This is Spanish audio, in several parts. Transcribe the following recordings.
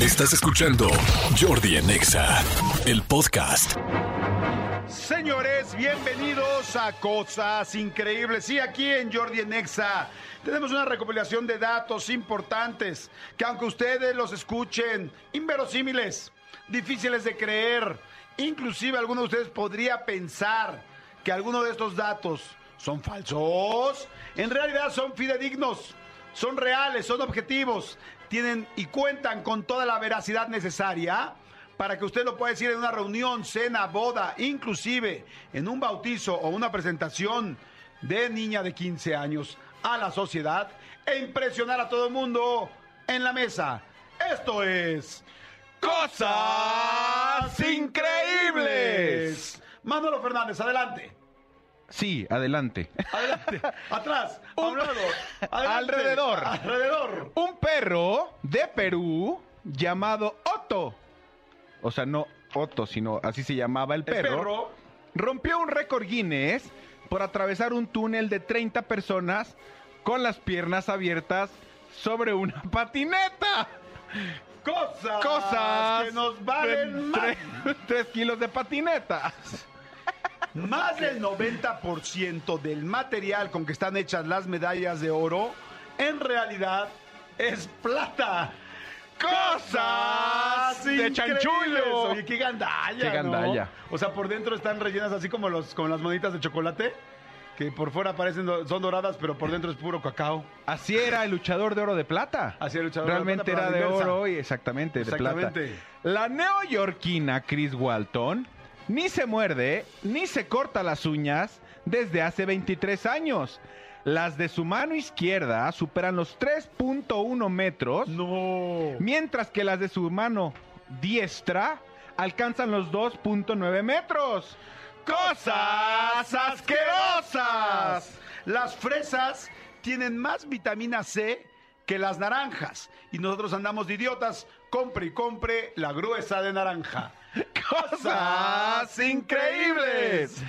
Estás escuchando Jordi en Exa, el podcast. Señores, bienvenidos a Cosas Increíbles. Sí, aquí en Jordi en Exa tenemos una recopilación de datos importantes que aunque ustedes los escuchen inverosímiles, difíciles de creer, inclusive alguno de ustedes podría pensar que alguno de estos datos son falsos, en realidad son fidedignos, son reales, son objetivos, tienen y cuentan con toda la veracidad necesaria para que usted lo pueda decir en una reunión, cena, boda, inclusive en un bautizo o una presentación de niña de 15 años a la sociedad e impresionar a todo el mundo en la mesa. Esto es Cosas Increíbles. Manolo Fernández, adelante. Sí, adelante. Adelante, atrás, a un lado, adelante, Alrededor. alrededor. Un perro de Perú llamado Otto. O sea, no Otto, sino así se llamaba el El perro. perro. Rompió un récord Guinness por atravesar un túnel de 30 personas con las piernas abiertas sobre una patineta. Cosas, Cosas Ah, que nos valen más. 3 kilos de patinetas. Más del 90% del material con que están hechas las medallas de oro, en realidad es plata. Cosas de increíbles. chanchullo. Oye, qué gandalla. Qué ¿no? gandalla. O sea, por dentro están rellenas así como los como las monitas de chocolate, que por fuera parecen do- son doradas, pero por dentro es puro cacao. Así era el luchador de oro de plata. Así era el luchador de Realmente plata, pero a la era de inversa. oro y exactamente, de Exactamente. plata. La neoyorquina Chris Walton ni se muerde ni se corta las uñas desde hace 23 años. Las de su mano izquierda superan los 3.1 metros, No. mientras que las de su mano diestra alcanzan los 2.9 metros. ¡Cosas asquerosas! Las fresas tienen más vitamina C que las naranjas. Y nosotros andamos de idiotas. Compre y compre la gruesa de naranja. cosas increíbles.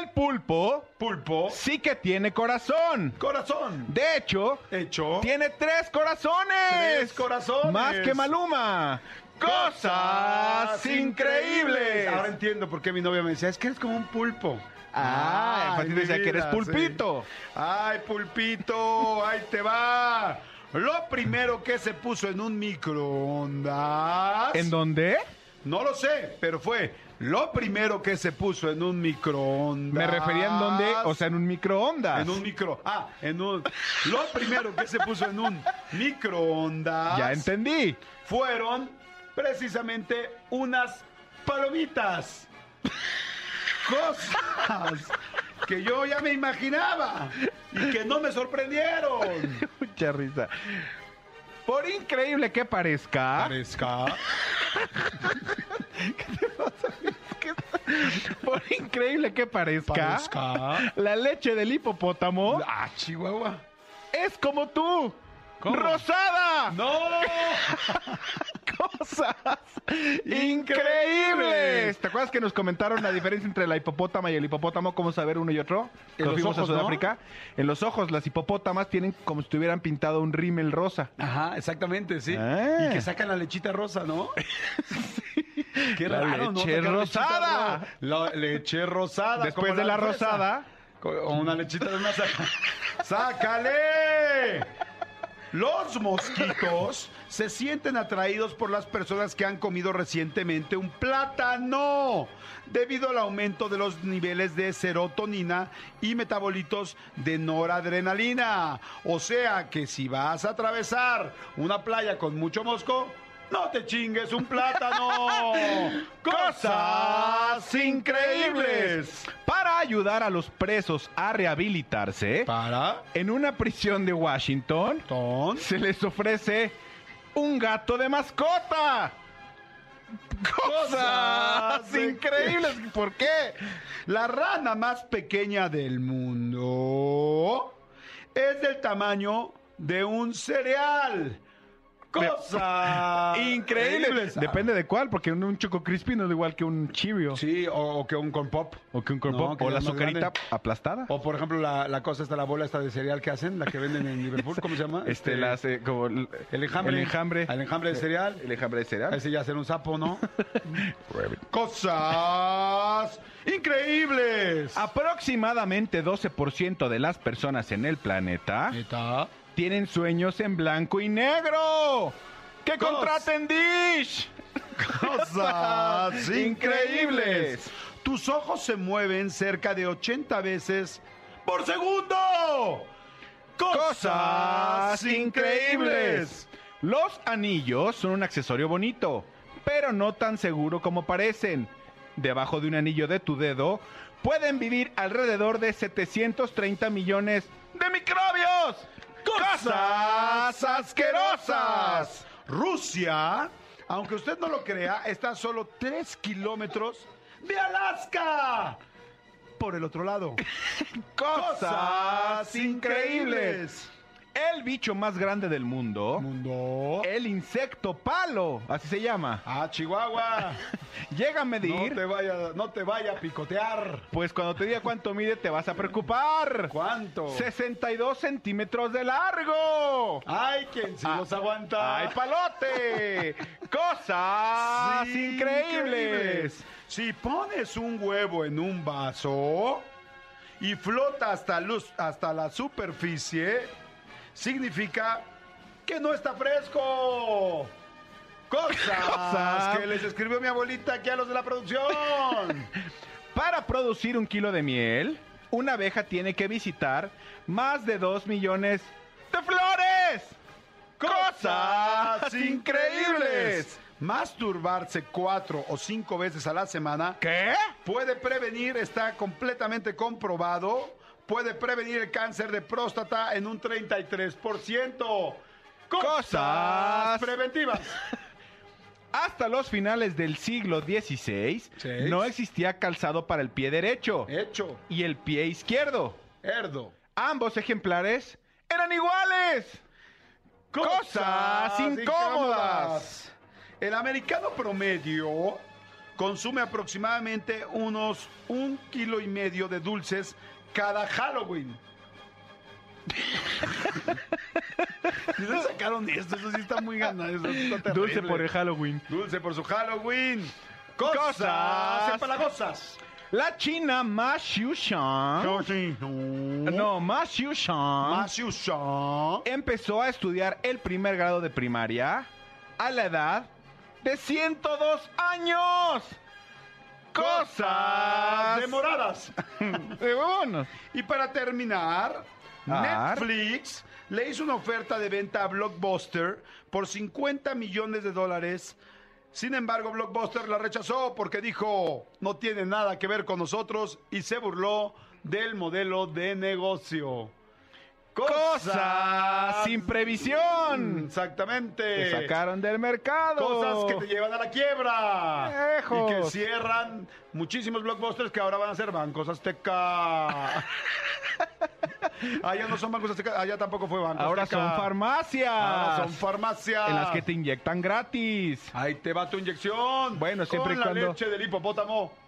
El pulpo Pulpo. sí que tiene corazón. Corazón. De hecho, Hecho. tiene tres corazones. Tres corazones. Más que Maluma. Cosas increíbles. Ahora entiendo por qué mi novia me decía, es que eres como un pulpo. Ah, a Ay, partir mi de decía que eres vida, pulpito. sí. Ay, pulpito, ahí te va. Lo primero que se puso en un microondas. ¿En dónde? No lo sé, pero fue lo primero que se puso en un microondas. Me refería en dónde, o sea, en un microondas. En un micro. Ah, en un. Lo primero que se puso en un microondas. Ya entendí. Fueron precisamente unas palomitas. Cosas que yo ya me imaginaba y que no me sorprendieron. Mucha risa. Por increíble que parezca, Parezca. por increíble que parezca, Parezca. la leche del hipopótamo Ah, Chihuahua. es como tú. ¿Cómo? ¡Rosada! ¡No! Cosas increíbles. ¿Te acuerdas que nos comentaron la diferencia entre la hipopótama y el hipopótamo? ¿Cómo saber uno y otro? En los Nos fuimos ojos, a ¿no? Sudáfrica. En los ojos, las hipopótamas tienen como si tuvieran pintado un rímel rosa. Ajá, exactamente, sí. Ah. Y que sacan la lechita rosa, ¿no? Qué La raro, ¿no? leche Sacar lechita rosada. ro- La leche rosada. Después como de la fresa. rosada. Co- o Una lechita de una saca. ¡Sácale! Los mosquitos se sienten atraídos por las personas que han comido recientemente un plátano debido al aumento de los niveles de serotonina y metabolitos de noradrenalina. O sea que si vas a atravesar una playa con mucho mosco, no te chingues un plátano. Cosas increíbles. Para ayudar a los presos a rehabilitarse, Para. en una prisión de Washington Ton. se les ofrece un gato de mascota. Cosas increíbles. ¿Por qué? La rana más pequeña del mundo es del tamaño de un cereal. Cosas Increíble. increíbles. Depende de cuál, porque un, un Choco Crispy no es igual que un Cheerio. Sí, o, o que un con pop. O que un Corn No, Pop, que O sea la más azucarita grande. aplastada. O por ejemplo la, la cosa esta, la bola esta de cereal que hacen, la que venden en Liverpool, ¿cómo se llama? este, las, eh, como el, El enjambre. El enjambre. Al enjambre de cereal. El enjambre de cereal. Ese ya será un sapo, ¿no? Cosas increíbles. Aproximadamente 12% de las personas en el planeta Neta. tienen sueños en blanco y negro. ¡Que Cos- contraten Dish! Cosas increíbles. increíbles. Tus ojos se mueven cerca de 80 veces por segundo. Cosas increíbles. Los anillos son un accesorio bonito, pero no tan seguro como parecen. Debajo de un anillo de tu dedo pueden vivir alrededor de 730 millones de microbios. Cosas asquerosas. Rusia, aunque usted no lo crea, está a solo 3 kilómetros de Alaska. Por el otro lado. Cosas increíbles. El bicho más grande del mundo, Mundo. el insecto palo, así se llama, Ah, Chihuahua. llega a No medir, te vaya, no te vaya a picotear. pues cuando te diga cuánto mide te vas a preocupar. ¿Cuánto? 62 centímetros de largo. Ay, quien si Ah, los aguanta. ¡Ay, ¡Ah, palote! ¡Cosas Sí, increíbles! Si pones un huevo en un vaso y flota hasta, luz, hasta la superficie, significa que no está fresco. Cosas, Cosas. que les escribió mi abuelita aquí a los de la producción. Para producir un kilo de miel, una abeja tiene que visitar más de 2 millones de flores. ¡Cosas increíbles! Masturbarse cuatro o cinco veces a la semana ¿Qué? Puede prevenir, está completamente comprobado, puede prevenir el cáncer de próstata en un 33%. Cosas. preventivas. Hasta los finales del siglo XVI Seis. no existía calzado para el pie derecho Hecho, y el pie izquierdo. Erdo. Ambos ejemplares eran iguales. Cosas incómodas. El americano promedio consume aproximadamente unos un kilo y medio de dulces cada Halloween. ¿De dónde sacaron esto? Eso sí está muy ganado. eso sí está Dulce terrible. por el Halloween. Dulce por su Halloween. Cosas. Empalagosas. La china Ma Xiuxiang, Ah. no, Ma Xiuxiang, Matthew Shaw. empezó a estudiar el primer grado de primaria a la edad de 102 años. Cosas Demoradas. de huevonos. Y para terminar, Ar. Netflix le hizo una oferta de venta a Blockbuster por 50 millones de dólares. Sin embargo, Blockbuster la rechazó porque dijo, no tiene nada que ver con nosotros y se burló del modelo de negocio. Cosas sin previsión. Exactamente. Se sacaron del mercado. Eh. Cosas que te llevan a la quiebra. Lejos. Y que cierran muchísimos blockbusters que ahora van a ser bancos Azteca. allá no son bancos Azteca, allá tampoco fue banco Ahora Azteca. son farmacias. Ahora son farmacias. en las que te inyectan gratis. Ahí te va tu inyección. Bueno, siempre Con y la cuando- leche del hipopótamo.